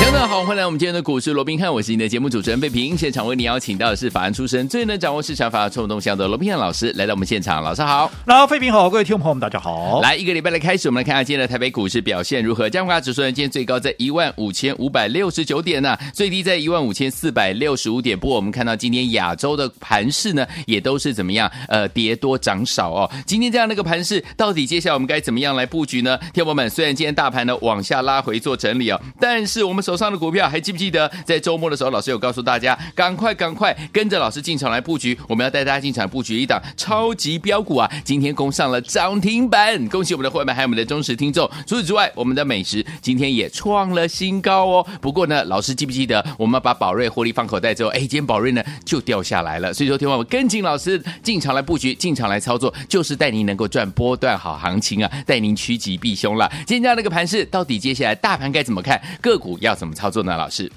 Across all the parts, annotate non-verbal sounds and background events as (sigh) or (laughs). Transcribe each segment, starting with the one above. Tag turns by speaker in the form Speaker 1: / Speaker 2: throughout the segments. Speaker 1: 听众好，欢迎来我们今天的股市罗宾汉，我是你的节目主持人费平。现场为你邀请到的是法案出身、最能掌握市场法案冲动向的罗宾汉老师来到我们现场，老师好。
Speaker 2: 然后，费平好，各位听众朋友们，大家好。
Speaker 1: 来一个礼拜的开始，我们来看看今天的台北股市表现如何。加权指数呢，今天最高在一万五千五百六十九点呢、啊最低在一万五千四百六十五点。不过我们看到今天亚洲的盘势呢，也都是怎么样？呃，跌多涨少哦。今天这样的一个盘势，到底接下来我们该怎么样来布局呢？天友们，虽然今天大盘呢往下拉回做整理哦，但是我们手上的股票还记不记得？在周末的时候，老师有告诉大家，赶快赶快跟着老师进场来布局。我们要带大家进场布局一档超级标股啊，今天攻上了涨停板，恭喜我们的会员还有我们的忠实听众。除此之外，我们的美食今天也创了新高哦。不过呢，老师记不记得我们把宝瑞获利放口袋之后，哎，今天宝瑞呢就掉下来了。所以说，听我们跟紧老师进场来布局，进场来操作，就是带您能够赚波段好行情啊，带您趋吉避凶了。今天这样的一个盘势，到底接下来大盘该怎么看，个股要怎么操作呢？老师，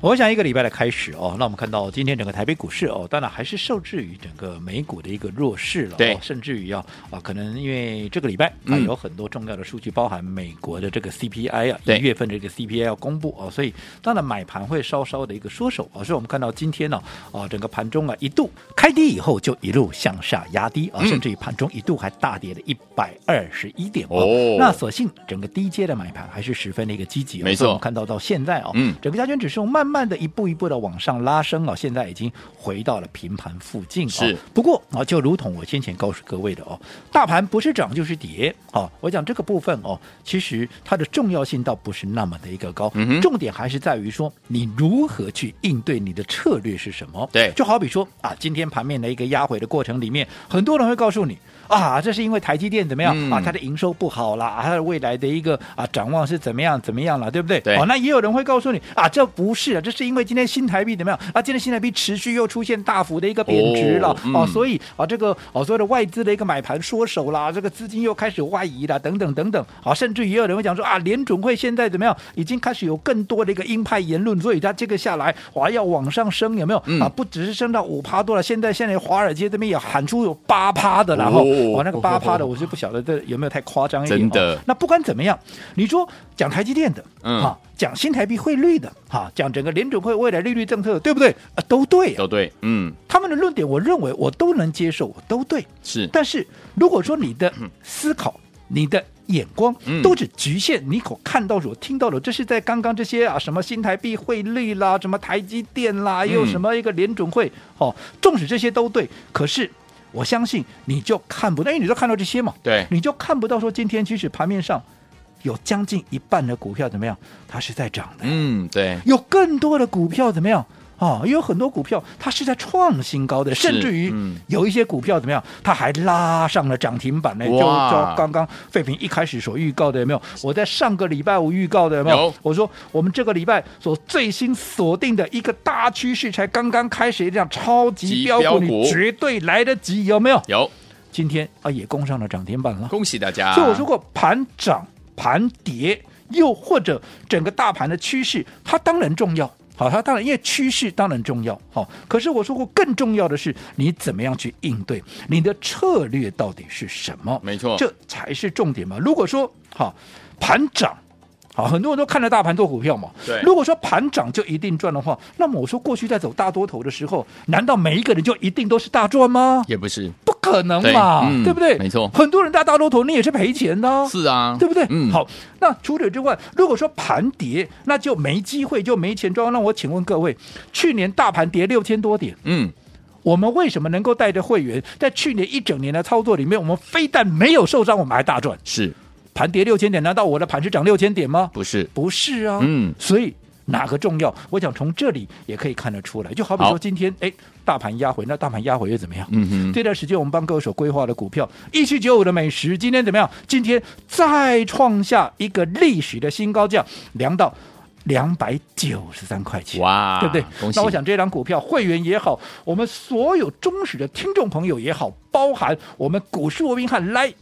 Speaker 2: 我想一个礼拜的开始哦，那我们看到今天整个台北股市哦，当然还是受制于整个美股的一个弱势了、哦，
Speaker 1: 对
Speaker 2: 甚至于啊啊，可能因为这个礼拜啊、
Speaker 1: 嗯
Speaker 2: 有很多重要的数据，包含美国的这个 CPI 啊，
Speaker 1: 对
Speaker 2: 一月份这个 CPI 要公布哦，所以当然买盘会稍稍的一个缩手啊，所以我们看到今天呢啊整个盘中啊一度开低以后就一路向下压低啊，
Speaker 1: 嗯
Speaker 2: 甚至于盘中一度还大跌了一百二十一点
Speaker 1: 哦
Speaker 2: 那所幸整个低阶的买盘还是十分的一个积极、哦，
Speaker 1: 没错
Speaker 2: 所以我们看到到现在哦，
Speaker 1: 嗯
Speaker 2: 整个加权指数慢慢的一步一步的往上拉升哦，现在已经回到了平盘附近哦。
Speaker 1: 是，
Speaker 2: 不过啊、哦，就如同我先前告诉各位的哦，大盘不是涨就是跌哦。我讲这个部分哦，其实它的重要性倒不是那么的一个高，
Speaker 1: 嗯哼
Speaker 2: 重点还是在于说你如何去应对你的策略是什么。
Speaker 1: 对
Speaker 2: 就好比说啊，今天盘面的一个压回的过程里面，很多人会告诉你啊，这是因为台积电怎么样、
Speaker 1: 嗯
Speaker 2: 啊，它的营收不好啦，啊它的未来的一个啊展望是怎么样怎么样了，对不对？
Speaker 1: 对
Speaker 2: 好、那也有人会告诉你啊，这不是啊，这是因为今天新台币怎么样啊？今天新台币持续又出现大幅的一个贬值了
Speaker 1: 哦
Speaker 2: 啊、
Speaker 1: 嗯
Speaker 2: 所以啊，这个啊所有的外资的一个买盘缩手啦，这个资金又开始外移啦，等等等等。啊，甚至也有人会讲说啊，联准会现在怎么样，已经开始有更多的一个鹰派言论，所以它这个下来哇要往上升，有没有？
Speaker 1: 嗯
Speaker 2: 啊，不只是升到五趴多了，现在现在华尔街这边也喊出有八趴的啦，然后
Speaker 1: 哦
Speaker 2: 哇那个八趴的，我就不晓得这有没有太夸张一点。
Speaker 1: 真的
Speaker 2: 哦那不管怎么样，你说讲台积电的，
Speaker 1: 嗯
Speaker 2: 哈，讲新台币汇率的，哈，讲整个联准会未来利率政策的，对不对？啊，都对、啊，
Speaker 1: 都对，嗯，
Speaker 2: 他们的论点，我认为我都能接受，我都对。
Speaker 1: 是
Speaker 2: 但是如果说你的思考、你的眼光
Speaker 1: 嗯
Speaker 2: 都只局限你所看到、所听到的，这是在刚刚这些啊什么新台币汇率啦、什么台积电啦，
Speaker 1: 嗯
Speaker 2: 又什么一个联准会哦，纵使这些都对，可是。我相信你就看不到，因为你都看到这些嘛，
Speaker 1: 对
Speaker 2: 你就看不到说今天其实盘面上有将近一半的股票怎么样，它是在涨的。
Speaker 1: 嗯，对，
Speaker 2: 有更多的股票怎么样？啊、也有很多股票它是在创新高的，甚至于
Speaker 1: 嗯
Speaker 2: 有一些股票怎么样，它还拉上了涨停板呢？就
Speaker 1: 哇
Speaker 2: 就刚刚费平一开始所预告的有没有？我在上个礼拜五预告的有没有？
Speaker 1: 有
Speaker 2: 我说我们这个礼拜所最新锁定的一个大趋势才刚刚开始，一辆超级
Speaker 1: 急
Speaker 2: 标股，
Speaker 1: 标股
Speaker 2: 你绝对来得及，有没有？
Speaker 1: 有，
Speaker 2: 今天啊也攻上了涨停板了。
Speaker 1: 恭喜大家。嗯
Speaker 2: 所以我说过，盘涨、盘跌，又或者整个大盘的趋势，它当然重要。好，它当然因为趋势当然重要。好、可是我说过，更重要的是你怎么样去应对，你的策略到底是什么？
Speaker 1: 没错
Speaker 2: 这才是重点嘛。如果说好、盘涨。好，很多人都看着大盘做股票嘛。
Speaker 1: 对
Speaker 2: 如果说盘涨就一定赚的话，那么我说过去在走大多头的时候，难道每一个人就一定都是大赚吗？
Speaker 1: 也不是，
Speaker 2: 不可能
Speaker 1: 对
Speaker 2: 嘛，
Speaker 1: 嗯
Speaker 2: 不对？
Speaker 1: 没错
Speaker 2: 很多人大大多头，你也是赔钱的啊、
Speaker 1: 是啊，
Speaker 2: 对不对？
Speaker 1: 嗯，，
Speaker 2: 好，那除此之外，如果说盘跌，那就没机会，就没钱赚。那我请问各位，去年大盘跌六千多点，
Speaker 1: 嗯，
Speaker 2: 我们为什么能够带着会员在去年一整年的操作里面，我们非但没有受伤，我们还大赚？
Speaker 1: 是
Speaker 2: 盘跌六千点，难道我的盘是涨六千点吗？
Speaker 1: 不是？
Speaker 2: 不是啊，
Speaker 1: 嗯
Speaker 2: 所以哪个重要？我想从这里也可以看得出来，就好比
Speaker 1: 好
Speaker 2: 说今天哎，大盘压回，那大盘压回又怎么样？
Speaker 1: 嗯哼
Speaker 2: 这段时间我们帮各位所规划的股票一七九五的美食，今天怎么样？今天再创下一个历史的新高价，量到。两百九十三块钱。
Speaker 1: 哇，
Speaker 2: 对不对？
Speaker 1: 啊恭喜！
Speaker 2: 那我想这张股票，会员也好，我们所有忠实的听众朋友也好，包含我们股市罗宾汉 Lite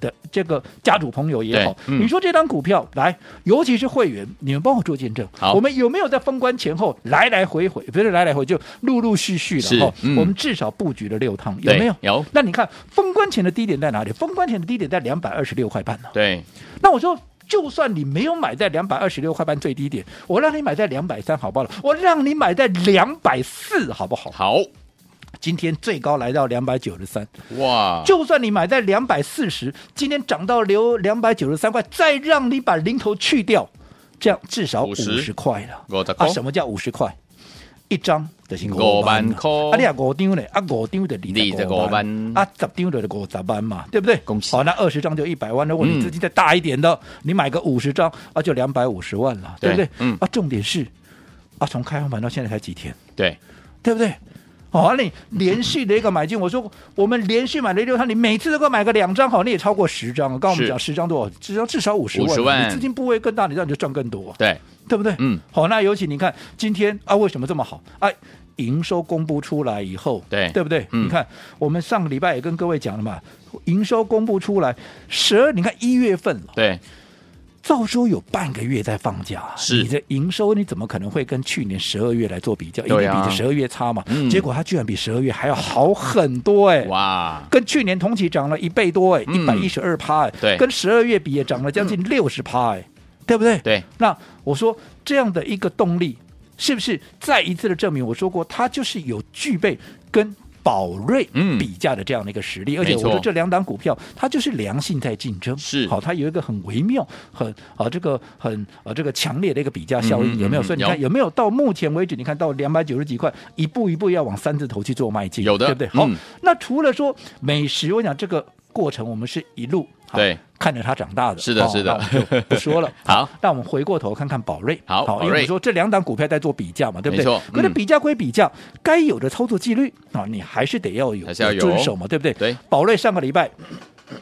Speaker 2: 的这个家主朋友也好
Speaker 1: 对，嗯
Speaker 2: 你说这张股票来，尤其是会员，你们帮我做见证，
Speaker 1: 好
Speaker 2: 我们有没有在封关前后来来回回，不是来来回就陆陆续续
Speaker 1: 是
Speaker 2: 的哈、
Speaker 1: 嗯
Speaker 2: 我们至少布局了六趟，有
Speaker 1: 对
Speaker 2: 没有？
Speaker 1: 有
Speaker 2: 那你看封关前的低点在哪里？封关前的低点在两百二十六块半呢、
Speaker 1: 对，
Speaker 2: 那我说，就算你没有买在两百二十六块半最低点，我让你买在两百三好不好？我让你买在两百四好不好？
Speaker 1: 好
Speaker 2: 今天最高来到两百九十三，
Speaker 1: 哇，
Speaker 2: 就算你买在两百四十，今天涨到留两百九十三块，再让你把零头去掉，这样至少五
Speaker 1: 50
Speaker 2: 十块了。
Speaker 1: 五十
Speaker 2: 啊，
Speaker 1: 块
Speaker 2: 什么叫五十块？一张就是
Speaker 1: 五万
Speaker 2: 嘛
Speaker 1: 块
Speaker 2: 啊，你啊五张嘞，啊五张就
Speaker 1: 二十
Speaker 2: 二十
Speaker 1: 五
Speaker 2: 五
Speaker 1: 万
Speaker 2: 万，啊十张就是五十万嘛，对不对？
Speaker 1: 恭喜
Speaker 2: 好，那二十张就一百万。如果
Speaker 1: 嗯
Speaker 2: 你资金再大一点的，你买个五十张啊，就两百五十万了，对不
Speaker 1: 对
Speaker 2: 对？
Speaker 1: 嗯
Speaker 2: 啊，重点是啊，从开放盘到现在才几天，
Speaker 1: 对，
Speaker 2: 对不对？好、啊，你连续的一个买进，我说我们连续买了六趟，你每次都给我买个两张，好，你也超过十张。刚刚我们
Speaker 1: 是
Speaker 2: 讲十张多少？至少至少五十万，
Speaker 1: 50万
Speaker 2: 你资金部位更大，你这样就赚更多、
Speaker 1: 对，
Speaker 2: 对不对？
Speaker 1: 嗯，
Speaker 2: 好，那尤其你看今天啊，为什么这么好？哎、营收公布出来以后，
Speaker 1: 对
Speaker 2: 对不对？
Speaker 1: 嗯
Speaker 2: 你看我们上个礼拜也跟各位讲了嘛，营收公布出来，十二，你看一月份了，
Speaker 1: 对，
Speaker 2: 照说有半个月在放假，
Speaker 1: 是
Speaker 2: 你的营收你怎么可能会跟去年十二月来做比较？
Speaker 1: 对啊
Speaker 2: 一定比十二月差嘛。
Speaker 1: 嗯
Speaker 2: 结果它居然比十二月还要好很多哎、
Speaker 1: 哇，
Speaker 2: 跟去年同期涨了一倍多哎、
Speaker 1: 嗯
Speaker 2: 一百一十二趴哎，
Speaker 1: 对嗯
Speaker 2: 跟十二月比也涨了将近六十趴哎，对不对？
Speaker 1: 对。
Speaker 2: 那我说这样的一个动力，是不是再一次的证明？我说过，它就是有具备跟。宝瑞
Speaker 1: 嗯
Speaker 2: 比价的这样的一个实力，而且
Speaker 1: 没
Speaker 2: 我
Speaker 1: 错
Speaker 2: 说这两档股票它就是良性在竞争，
Speaker 1: 是
Speaker 2: 好，它有一个很微妙、很啊这个很啊这个强烈的一个比价效
Speaker 1: 嗯嗯
Speaker 2: 应，有没有？
Speaker 1: 嗯
Speaker 2: 所以你
Speaker 1: 有
Speaker 2: 看有没有到目前为止，你看到两百九十几块，一步一步要往三字头去做迈进，
Speaker 1: 有的
Speaker 2: 对不对？好，
Speaker 1: 嗯
Speaker 2: 那除了说美食，我想这个过程我们是一路好
Speaker 1: 对
Speaker 2: 看着它长大的，哦
Speaker 1: 是的是的
Speaker 2: 那我们就不说了
Speaker 1: (laughs) 。好，
Speaker 2: 那我们回过头看看宝瑞，
Speaker 1: 好宝
Speaker 2: 因
Speaker 1: 瑞
Speaker 2: 为你说这两档股票在做比价嘛，对不
Speaker 1: 没
Speaker 2: 对？
Speaker 1: 错
Speaker 2: 可是
Speaker 1: 嗯
Speaker 2: 比价归比价，该有的操作纪律啊，你还是得要有呃
Speaker 1: 还是要有
Speaker 2: 遵守嘛，对不对？
Speaker 1: 对，
Speaker 2: 宝瑞上个礼拜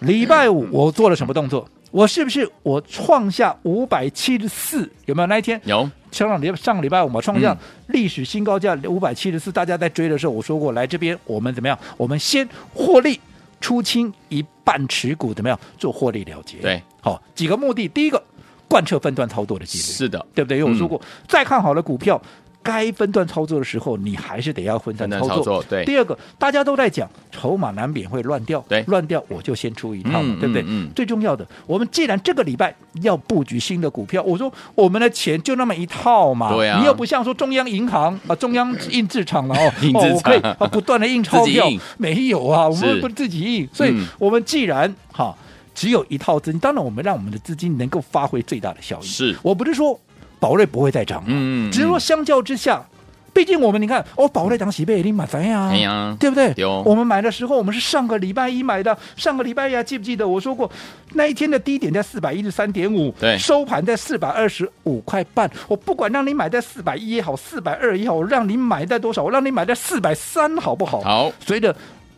Speaker 2: 礼
Speaker 1: (laughs)
Speaker 2: 拜五我做了什么动作？我是不是我创下五百七十四？有没有那一天？
Speaker 1: 有
Speaker 2: 上上礼拜上个礼拜我们创下
Speaker 1: 嗯
Speaker 2: 历史新高价五百七十四，大家在追的时候，我说过来这边我们怎么样？我们先获利出清一半持股，怎么样做获利了结？
Speaker 1: 对，
Speaker 2: 好几个目的，第一个贯彻分段操作的纪律，
Speaker 1: 是的，
Speaker 2: 对不对？因为
Speaker 1: 嗯
Speaker 2: 我说过，再看好的股票，该分段操作的时候，你还是得要分
Speaker 1: 分
Speaker 2: 段
Speaker 1: 段
Speaker 2: 操作。
Speaker 1: 操作对
Speaker 2: 第二个，大家都在讲筹码难免会乱掉，
Speaker 1: 对
Speaker 2: 乱掉我就先出一套嘛，
Speaker 1: 嗯
Speaker 2: 对不对？
Speaker 1: 嗯嗯
Speaker 2: 最重要的，我们既然这个礼拜要布局新的股票，我说我们的钱就那么一套嘛，
Speaker 1: 对啊，
Speaker 2: 你又不像说中央银行啊、中央印制厂了哦
Speaker 1: (laughs) 印制厂
Speaker 2: 哦，我可以、啊、不断的印钞
Speaker 1: (laughs) 自己
Speaker 2: 票
Speaker 1: 印，
Speaker 2: 没有啊，我
Speaker 1: 是
Speaker 2: 们不是自己印，所以
Speaker 1: 嗯
Speaker 2: 我们既然哈。只有一套资金，当然我们让我们的资金能够发挥最大的效益。
Speaker 1: 是
Speaker 2: 我不是说宝瑞不会再涨，
Speaker 1: 嗯
Speaker 2: 只是说相较之下，毕竟我们你看，哦，宝瑞涨喜倍一定买咱呀，
Speaker 1: 哎呀，
Speaker 2: 对不对？
Speaker 1: 对哦
Speaker 2: 我们买的时候，我们是上个礼拜一买的，上个礼拜一啊还记不记得我说过，那一天的低点在四百一十三点五，
Speaker 1: 对
Speaker 2: 收盘在四百二十五块半。我不管让你买在四百一也好，四百二也好，我让你买在多少，我让你买在四百三，好不好？
Speaker 1: 好，
Speaker 2: 随着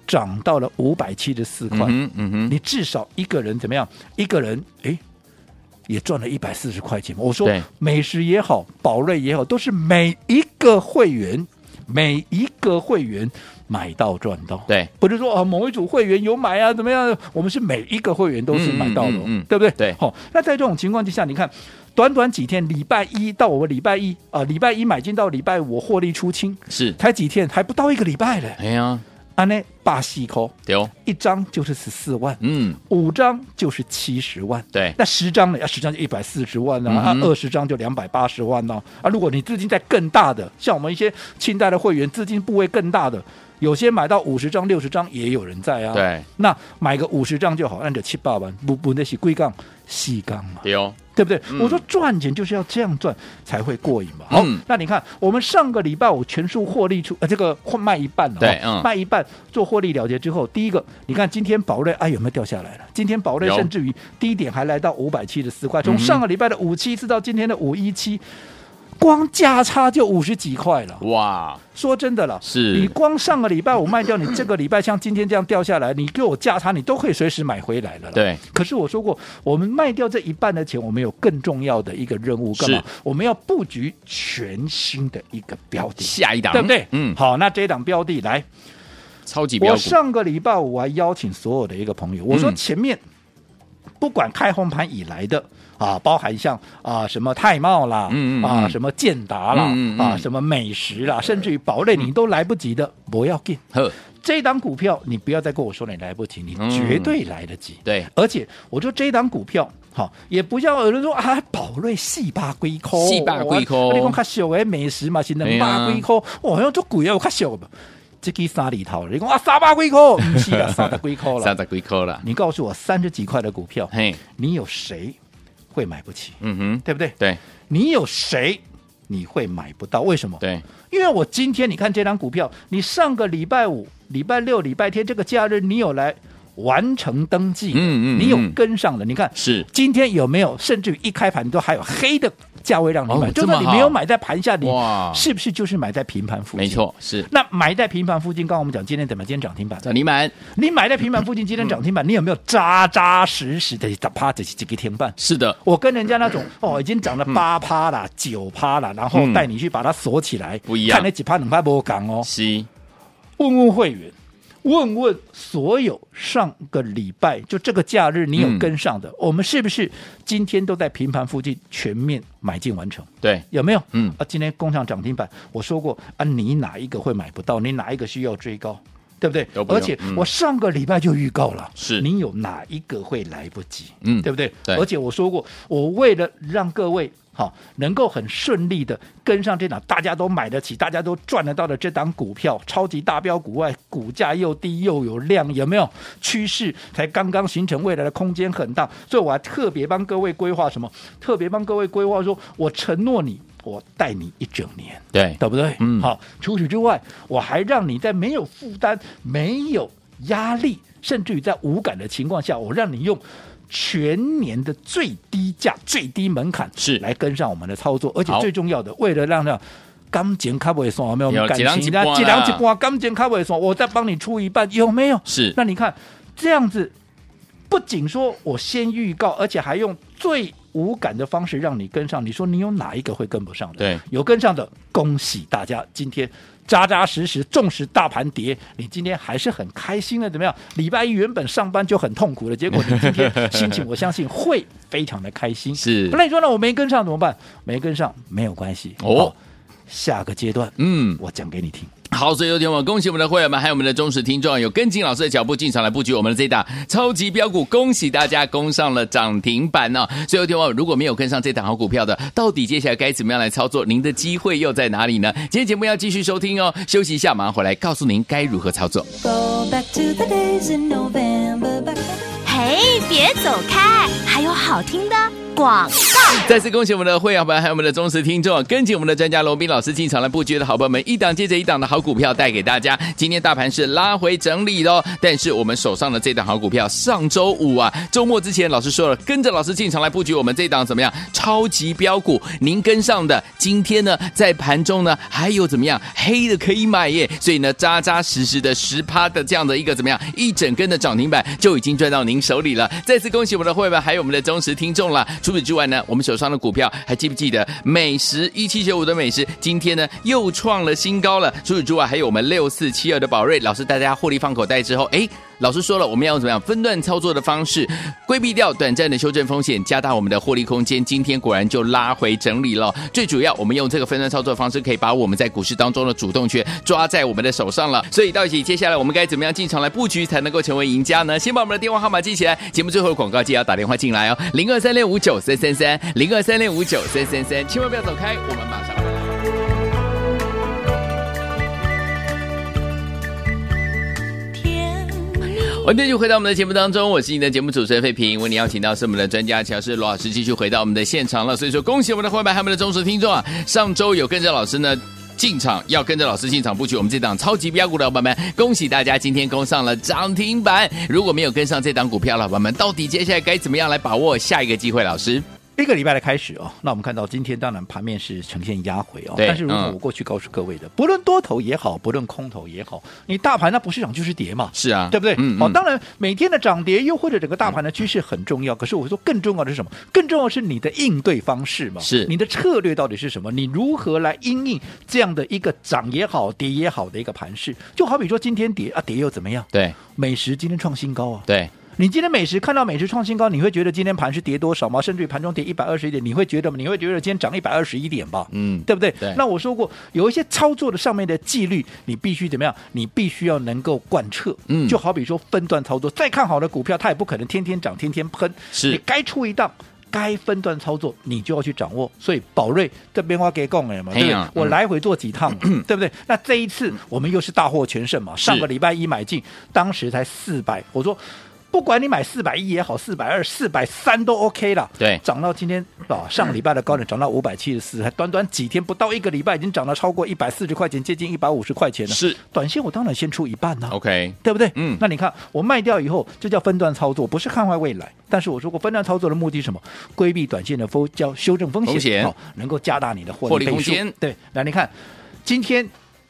Speaker 2: 涨到了五百七十四块，
Speaker 1: 嗯哼嗯哼，
Speaker 2: 你至少一个人怎么样？一个人诶，也赚了一百四十块钱嘛。我说
Speaker 1: 对
Speaker 2: 美食也好，宝瑞也好，都是每一个会员，每一个会员买到赚到。
Speaker 1: 对，
Speaker 2: 不是说啊某一组会员有买啊怎么样？我们是每一个会员都是买到的
Speaker 1: 嗯
Speaker 2: 哦，
Speaker 1: 嗯嗯嗯
Speaker 2: 对不对？
Speaker 1: 对
Speaker 2: 好、那在这种情况之下，你看短短几天，礼拜一到我礼拜一啊、礼拜一买进到礼拜五我获利出清，
Speaker 1: 是，
Speaker 2: 才几天，还不到一个礼拜嘞，
Speaker 1: 哎呀，
Speaker 2: 安呢八西扣
Speaker 1: 对哦，
Speaker 2: 一张就是十四万，
Speaker 1: 嗯，
Speaker 2: 五张就是七十万，
Speaker 1: 对，
Speaker 2: 那十张呢？啊，十张就一百四十万呢、啊，
Speaker 1: 嗯哼
Speaker 2: 二、十张就两百八十万呢、啊。如果你资金在更大的，像我们一些清代的会员，资金部位更大的，有些买到五十张、六十张也有人在啊。，
Speaker 1: 对，
Speaker 2: 那买个五十张就好，按着七八万，不不，那是归杠细杠嘛。
Speaker 1: 对哦，
Speaker 2: 对不对？
Speaker 1: 嗯
Speaker 2: 我说赚钱就是要这样赚才会过瘾嘛。好，
Speaker 1: 嗯
Speaker 2: 那你看我们上个礼拜我全数获利出，呃，这个卖一半了、
Speaker 1: 对嗯
Speaker 2: 卖一半做获利了结之后，第一个，你看今天宝瑞哎有没有掉下来了？今天宝瑞
Speaker 1: 有
Speaker 2: 甚至于低点还来到五百七十四块，
Speaker 1: 嗯
Speaker 2: 从
Speaker 1: 哼
Speaker 2: 上个礼拜的五七四到今天的五一七。光价差就五十几块了。
Speaker 1: 哇，
Speaker 2: 说真的了，
Speaker 1: 哦是
Speaker 2: 你光上个礼拜我卖掉，你这个礼拜像今天这样掉下来，你给我价差，你都可以随时买回来了啦。
Speaker 1: 对。
Speaker 2: 可是我说过，我们卖掉这一半的钱，我们有更重要的一个任务，干嘛
Speaker 1: 是？
Speaker 2: 我们要布局全新的一个标的，
Speaker 1: 下一档
Speaker 2: 对不对？
Speaker 1: 嗯，
Speaker 2: 好，那这一档标的来，
Speaker 1: 超级标
Speaker 2: 我
Speaker 1: 股，
Speaker 2: 上个礼拜五还邀请所有的一个朋友，我说
Speaker 1: 嗯
Speaker 2: 前面不管开红盘以来的啊，包含像啊什么泰茂啦，
Speaker 1: 嗯嗯嗯
Speaker 2: 啊什么建达啦，
Speaker 1: 嗯嗯嗯呃嗯
Speaker 2: 啊什么美食啦，甚至于宝类你都来不及的，不要进
Speaker 1: 呵，
Speaker 2: 这档股票，你不要再跟我说你来不及，你
Speaker 1: 嗯
Speaker 2: 绝对来得及。
Speaker 1: 对，
Speaker 2: 而且我说这一档股票，好，也不要有人说啊，宝瑞四八龟壳，
Speaker 1: 四百几块
Speaker 2: 我你讲较俗的美食嘛，是两百几块，哦，像做贵啊，有较俗的。这个三里头，你讲啊，三百几块，
Speaker 1: (laughs)
Speaker 2: 不是啦，三十几块
Speaker 1: 三
Speaker 2: 了。
Speaker 1: 十几颗了，
Speaker 2: 你告诉我，三十几块的股票，
Speaker 1: 嘿，
Speaker 2: 你有谁会买不起？
Speaker 1: 嗯哼，
Speaker 2: 对不对？
Speaker 1: 对
Speaker 2: 你有谁你会买不到？为什么？
Speaker 1: 对，
Speaker 2: 因为我今天你看这张股票，你上个礼拜五、礼拜六、礼拜天这个假日，你有来完成登记的，
Speaker 1: 嗯嗯
Speaker 2: 你有
Speaker 1: 嗯
Speaker 2: 跟上的，你看
Speaker 1: 是
Speaker 2: 今天有没有？甚至于一开盘都还有黑的价位让你买，
Speaker 1: 哦
Speaker 2: 就
Speaker 1: 这么
Speaker 2: 算你没有
Speaker 1: 好
Speaker 2: 买在盘下，你
Speaker 1: 哇
Speaker 2: 是不是就是买在平盘附近？
Speaker 1: 没。错，是
Speaker 2: 那买在平盘附近，刚刚我们讲今天怎么？今天涨停板，
Speaker 1: 找你满，
Speaker 2: 你买在平盘附近，今天涨停板，你有没有扎扎实实的打趴这这个天半？
Speaker 1: 是的，
Speaker 2: 我跟人家那种
Speaker 1: (laughs)
Speaker 2: 哦，已经涨
Speaker 1: 嗯
Speaker 2: 了八趴啦、九趴啦，然后带你去把它锁起来，
Speaker 1: 不一样
Speaker 2: 看那几趴两趴不讲哦。
Speaker 1: 西，
Speaker 2: 问问会员，问问所有上个礼拜就这个假日你有跟上的，
Speaker 1: 嗯
Speaker 2: 我们是不是今天都在平盘附近全面买进完成？
Speaker 1: 对，
Speaker 2: 有没有？
Speaker 1: 嗯
Speaker 2: 啊，今天工厂涨停板，我说过啊，你哪一个会买不到？你哪一个需要追高？对不对
Speaker 1: 都？不用
Speaker 2: 而且
Speaker 1: 嗯
Speaker 2: 我上个礼拜就预告了，
Speaker 1: 是
Speaker 2: 你有哪一个会来不及？
Speaker 1: 嗯
Speaker 2: 对不对？
Speaker 1: 对
Speaker 2: 而且我说过，我为了让各位好、能够很顺利的跟上这档大家都买得起、大家都赚得到的这档股票，超级大标股外，股价又低又有量，有没有？趋势才刚刚形成，未来的空间很大，所以我还特别帮各位规划什么？特别帮各位规划说，我承诺你，我带你一整年。
Speaker 1: 对，
Speaker 2: 对不对？
Speaker 1: 嗯
Speaker 2: 好。除此之外，我还让你在没有负担、没有压力，甚至于在无感的情况下，我让你用。全年的最低价、最低门槛
Speaker 1: 是
Speaker 2: 来跟上我们的操作，而且
Speaker 1: 好
Speaker 2: 最重要的，为了让让钢剪卡尾算有没有？我
Speaker 1: 有
Speaker 2: 们感
Speaker 1: 一人
Speaker 2: 情啊
Speaker 1: 一半啦啊
Speaker 2: 几两几波钢剪卡尾算，我再帮你出一半，有没有？
Speaker 1: 是
Speaker 2: 那你看这样子，不仅说我先预告，而且还用最无感的方式让你跟上。你说你有哪一个会跟不上的？
Speaker 1: 对，
Speaker 2: 有跟上的，恭喜大家，今天扎扎实实，纵使大盘跌，你今天还是很开心的，怎么样？礼拜一原本上班就很痛苦的，结果你今天心情，我相信会非常的开心。
Speaker 1: 是
Speaker 2: 那你说呢？我没跟上怎么办？没跟上没有关系
Speaker 1: 哦
Speaker 2: 好下个阶段，
Speaker 1: 嗯。
Speaker 2: 我讲给你听。
Speaker 1: 好，所以有天我们恭喜我们的会员们，还有我们的忠实听众，有跟进老师的脚步进场来布局我们的这档超级标股，恭喜大家攻上了涨停板呢、所以有天我如果没有跟上这档好股票的，到底接下来该怎么样来操作？您的机会又在哪里呢？今天节目要继续收听哦，休息一下，马上回来告诉您该如何操作。
Speaker 3: Go back to the days in November. Back then.
Speaker 4: 嘿，别走开，还有好听的广。
Speaker 1: (laughs) 再次恭喜我们的会员朋友，还有我们的忠实听众，跟紧我们的专家罗斌老师进场来布局的好朋友们，一档接着一档的好股票带给大家。今天大盘是拉回整理喽，但是我们手上的这档好股票，上周五啊，周末之前老师说了，跟着老师进场来布局我们这档怎么样超级标股，您跟上的，今天呢在盘中呢还有怎么样黑的可以买耶，所以呢扎扎实实的十趴的这样的一个怎么样一整根的涨停板就已经赚到您手里了。再次恭喜我们的会员，还有我们的忠实听众啦。除此之外呢，我们手上的股票还记不记得美食一七九五的美食，今天呢又创了新高了。除此之外，还有我们六四七二的宝瑞，老师带大家获利放口袋之后，哎。老师说了，我们要用怎么样分段操作的方式，规避掉短暂的修正风险，加大我们的获利空间。今天果然就拉回整理了。最主要，我们用这个分段操作的方式，可以把我们在股市当中的主动权抓在我们的手上了。所以，到底接下来我们该怎么样进场来布局，才能够成为赢家呢？先把我们的电话号码记起来，节目最后的广告记得要打电话进来哦，零二三六五九三三三，零二三六五九三三三，千万不要走开，我们马上回来。欢迎继续回到我们的节目当中，我是你的节目主持人费平。为你邀请到是我们的专家乔师罗老师，继续回到我们的现场了。所以说，恭喜我们的伙伴，还有我们的忠实听众啊！上周有跟着老师呢。进场要跟着老师进场布局我们这档超级标股的老板们，恭喜大家今天攻上了涨停板。如果没有跟上这档股票，老板们到底接下来该怎么样来把握下一个机会？老师，
Speaker 2: 一个礼拜的开始哦，那我们看到今天当然盘面是呈现压回哦，
Speaker 1: 对
Speaker 2: 但是如果
Speaker 1: 嗯
Speaker 2: 我过去告诉各位的，不论多头也好，不论空头也好，你大盘那不是涨就是跌嘛，
Speaker 1: 是啊，
Speaker 2: 对不对？好、
Speaker 1: 嗯，嗯
Speaker 2: 当然每天的涨跌，又或者整个大盘的趋势很重要。可是我说更重要的是什么？更重要的是你的应对方式嘛，
Speaker 1: 是
Speaker 2: 你的策略到底是什么？你如何来应应这样的一个涨也好、跌也好的一个盘势？就好比说今天跌啊，跌又怎么样？
Speaker 1: 对
Speaker 2: 美食今天创新高啊，
Speaker 1: 对，
Speaker 2: 你今天美食看到美食创新高，你会觉得今天盘是跌多少吗？甚至于盘中跌一百二十一点，你会觉得你会觉得今天涨一百二十一点吧？
Speaker 1: 嗯
Speaker 2: 对不对？
Speaker 1: 对
Speaker 2: 那我说过，有一些操作的上面的纪律，你必须怎么样？你必须要能够贯彻。
Speaker 1: 嗯
Speaker 2: 就好比说分段操作，再看好的股票，它也不可能天天涨、天天喷。
Speaker 1: 是
Speaker 2: 你该出一档。该分段操作，你就要去掌握。所以宝瑞这边我给供了嘛，
Speaker 1: 哎
Speaker 2: 对不对
Speaker 1: 呀
Speaker 2: 我
Speaker 1: 嗯
Speaker 2: 来回做几趟嘛，对不对？那这一次我们又是大获全胜嘛，上个礼拜一买进，当时才四百，我说。不管你买四百一也好，四百二、四百三都 OK 了。
Speaker 1: 对
Speaker 2: 涨到今天啊，上个礼拜的高点涨到五百七十四，还短短几天，不到一个礼拜，已经涨到超过一百四十块钱，接近一百五十块钱了。
Speaker 1: 是
Speaker 2: 短线我当然先出一半呢、啊
Speaker 1: OK，
Speaker 2: 对不对？
Speaker 1: 嗯
Speaker 2: 那你看我卖掉以后，这叫分段操作，不是看坏未来。但是我说过，分段操作的目的是什么？规避短线的风，叫修正风险，
Speaker 1: 风险
Speaker 2: 好能够加大你的
Speaker 1: 获
Speaker 2: 获
Speaker 1: 利
Speaker 2: 利倍
Speaker 1: 空
Speaker 2: 数
Speaker 1: 间。
Speaker 2: 对，那你看今天。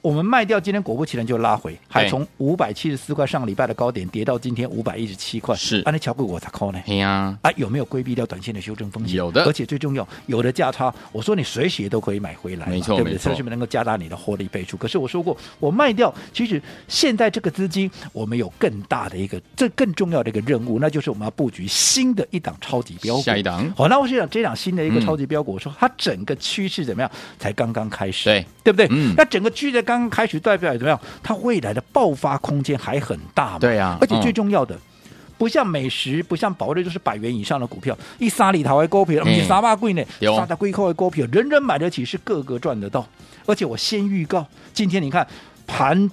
Speaker 2: 我们卖掉，今天果不其然就拉回，还
Speaker 1: 对
Speaker 2: 从五百七十四块上个礼拜的高点跌到今天五百一十七块，
Speaker 1: 是
Speaker 2: 啊，那乔贵我才抠呢。
Speaker 1: 哎呀，
Speaker 2: 啊，有没有规避掉短线的修正风险？
Speaker 1: 有的
Speaker 2: 而且最重要，有的价差，我说你随时也都可以买回来嘛，
Speaker 1: 没错
Speaker 2: 对不对？
Speaker 1: 没错
Speaker 2: 甚至能够加大你的获利倍数。可是我说过，我卖掉，其实现在这个资金，我们有更大的一个，这更重要的一个任务，那就是我们要布局新的一档超级标股。
Speaker 1: 下一档
Speaker 2: 好，哦那我是讲这档新的一
Speaker 1: 嗯
Speaker 2: 个超级标股，我说它整个趋势怎么样，才刚刚开始，
Speaker 1: 对
Speaker 2: 对不对？
Speaker 1: 嗯
Speaker 2: 那整个趋势刚刚开始，代表怎么样？它未来的爆发空间还很大嘛？
Speaker 1: 对啊
Speaker 2: 而且
Speaker 1: 嗯
Speaker 2: 最重要的。不像美食，不像宝瑞，就是百元以上的股票，一沙里头还股票，
Speaker 1: 嗯
Speaker 2: 你啥嘛贵呢？
Speaker 1: 有
Speaker 2: 沙达贵扣还股票，人人买得起，是个个赚得到。而且我先预告，今天你看盘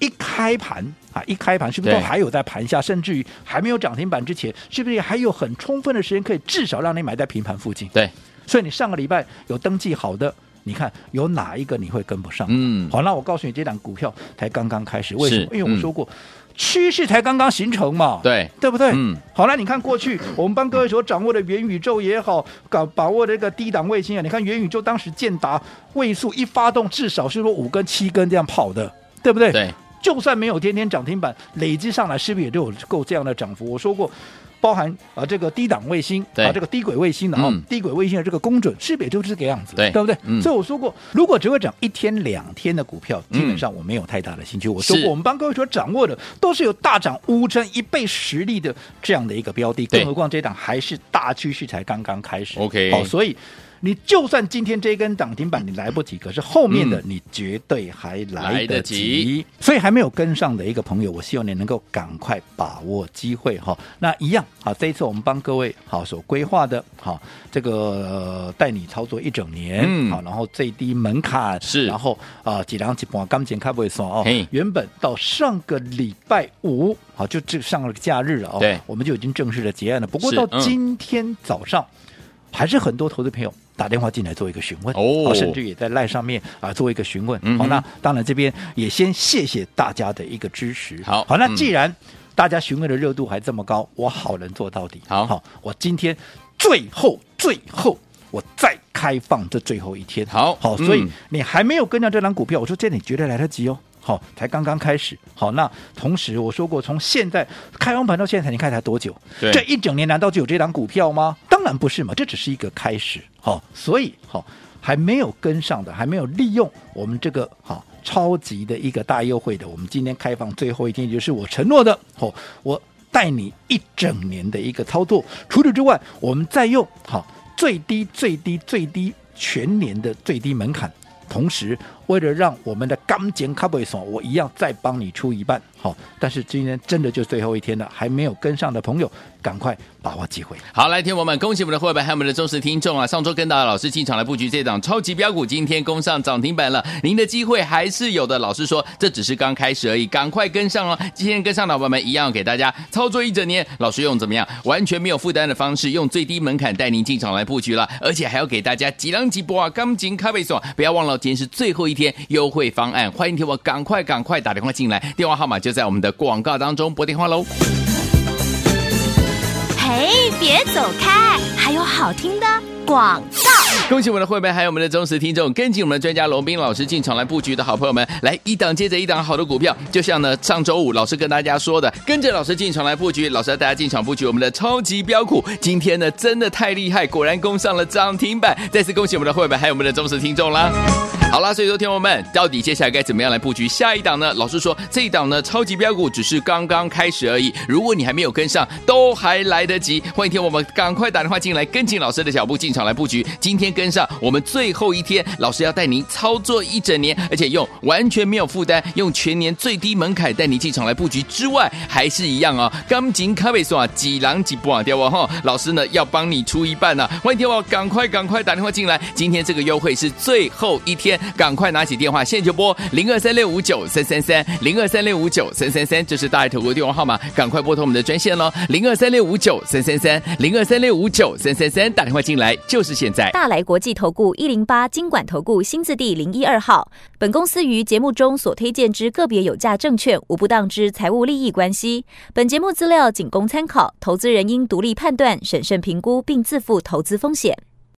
Speaker 2: 一开盘啊，一开盘是不是都
Speaker 1: 对
Speaker 2: 还有在盘下，甚至于还没有涨停板之前，是不是还有很充分的时间可以至少让你买在平盘附近？
Speaker 1: 对，
Speaker 2: 所以你上个礼拜有登记好的，你看有哪一个你会跟不上？
Speaker 1: 嗯，
Speaker 2: 好，那我告诉你，这档股票才刚刚开始，为什
Speaker 1: 是
Speaker 2: 么？因为我
Speaker 1: 嗯
Speaker 2: 说过，趋势才刚刚形成嘛，
Speaker 1: 对
Speaker 2: 对不对？
Speaker 1: 嗯。
Speaker 2: 好，那你看过去我们帮各位所掌握的元宇宙也好，搞把握这个低档卫星啊，你看元宇宙当时建达位数一发动，至少是说五根七根这样跑的，对不对？
Speaker 1: 对，
Speaker 2: 就算没有天天涨停板，累积上来是不是也都有够这样的涨幅？我说过。包含啊这个低档卫星，
Speaker 1: 对
Speaker 2: 啊这个低轨卫星，然后
Speaker 1: 嗯
Speaker 2: 低轨卫星的这个工准，是不是也就是这个样子？
Speaker 1: 对
Speaker 2: 对不对？
Speaker 1: 嗯
Speaker 2: 所以我说过，如果只会涨一天两天的股票，基
Speaker 1: 嗯
Speaker 2: 本上我没有太大的兴趣。我说
Speaker 1: 是
Speaker 2: 过，我们帮各位所掌握的都是有大涨乌针一倍实力的这样的一个标的，
Speaker 1: 对
Speaker 2: 更何况这档还是大趋势才刚刚开始。
Speaker 1: OK
Speaker 2: 好，所以。你就算今天这一根涨停板你来不及，可是后面的你绝对还
Speaker 1: 嗯
Speaker 2: 来
Speaker 1: 来得
Speaker 2: 得
Speaker 1: 及
Speaker 2: 及。所以还没有跟上的一个朋友，我希望你能够赶快把握机会哈。那一样啊，这一次我们帮各位好所规划的，好这个、呃带你操作一整年，
Speaker 1: 嗯
Speaker 2: 好，然后最低门槛
Speaker 1: 是
Speaker 2: 然后啊、呃几两几半钢琴开不会算哦
Speaker 1: 嘿。
Speaker 2: 原本到上个礼拜五，好就这上个假日了哦，
Speaker 1: 对
Speaker 2: 我们就已经正式的结案了。不过
Speaker 1: 是
Speaker 2: 到
Speaker 1: 嗯
Speaker 2: 今天早上。还是很多投资朋友打电话进来做一个询问，
Speaker 1: 哦
Speaker 2: 好甚至也在赖上面啊做一个询问。
Speaker 1: 嗯
Speaker 2: 好，
Speaker 1: 哼
Speaker 2: 那当然这边也先谢谢大家的一个支持。
Speaker 1: 好
Speaker 2: 好，那
Speaker 1: 嗯
Speaker 2: 既然大家询问的热度还这么高，我好人做到底。
Speaker 1: 嗯好
Speaker 2: 我今天最后最后。我再开放这最后一天，
Speaker 1: 好
Speaker 2: 好，
Speaker 1: 嗯
Speaker 2: 所以你还没有跟上这张股票，我说这你绝对来得及哦，好，才刚刚开始，好，那同时我说过，从现在开完盘到现在，你看才多久？
Speaker 1: 对
Speaker 2: 这一整年难道就有这档股票吗？当然不是嘛，这只是一个开始。好、所以好、还没有跟上的，还没有利用我们这个好、超级的一个大优惠的，我们今天开放最后一天，也就是我承诺的，哦，我带你一整年的一个操作。除此之外，我们再用好、最低最低最低全年的最低门槛。同时，为了让我们的钢剪卡贝索，我一样再帮你出一半。好，但是今天真的就最后一天了，还没有跟上的朋友，赶快把握机会。
Speaker 1: 好，来，听我们，恭喜我们的伙伴还有我们的忠实听众啊！上周跟大家老师进场来布局这档超级标股，今天攻上涨停板了，您的机会还是有的。老师说这只是刚开始而已，赶快跟上哦！今天跟上的伙伴们一样给大家操作一整年，老师用怎么样完全没有负担的方式，用最低门槛带您进场来布局了，而且还要给大家几浪几波啊，钢琴咖啡爽！不要忘了今天是最后一天优惠方案，欢迎听我赶快赶快打电话进来，电话号码就在我们的广告当中拨电话喽。
Speaker 4: 嘿，别走开，还有好听的
Speaker 5: 广。
Speaker 1: 恭喜我们的会员，还有我们的忠实听众，跟紧我们的专家龙斌老师进场来布局的好朋友们，来一档接着一档好的股票，就像呢上周五老师跟大家说的，跟着老师进场来布局，老师带大家进场布局我们的超级标股，今天呢真的太厉害，果然攻上了涨停板，再次恭喜我们的会员，还有我们的忠实听众啦。好啦，所以说，听众朋友们，到底接下来该怎么样来布局下一档呢？老师说，这一档呢，超级标股只是刚刚开始而已。如果你还没有跟上，都还来得及。欢迎听我们赶快打电话进来，跟紧老师的脚步进场来布局。今天跟上，我们最后一天，老师要带您操作一整年，而且用完全没有负担，用全年最低门槛带你进场来布局之外，还是一样哦，钢琴咖啡说啊，几狼几不啊掉啊哈，老师呢要帮你出一半啊呢、欢迎听我赶快赶快打电话进来，今天这个优惠是最后一天，赶快拿起电话现在就拨零二三六五九三三三零二三六五九三三三，这是大爱投顾的电话号码，赶快拨通我们的专线喽，零二三六五九三三三零二三六五九三三三，打电话进来就是现在。
Speaker 4: 大来国际投顾一零八金管投顾新字第零一二号。本公司于节目中所推荐之个别有价证券，无不当之财务利益关系。本节目资料仅供参考，投资人应独立判断、审慎评估，并自负投资风险。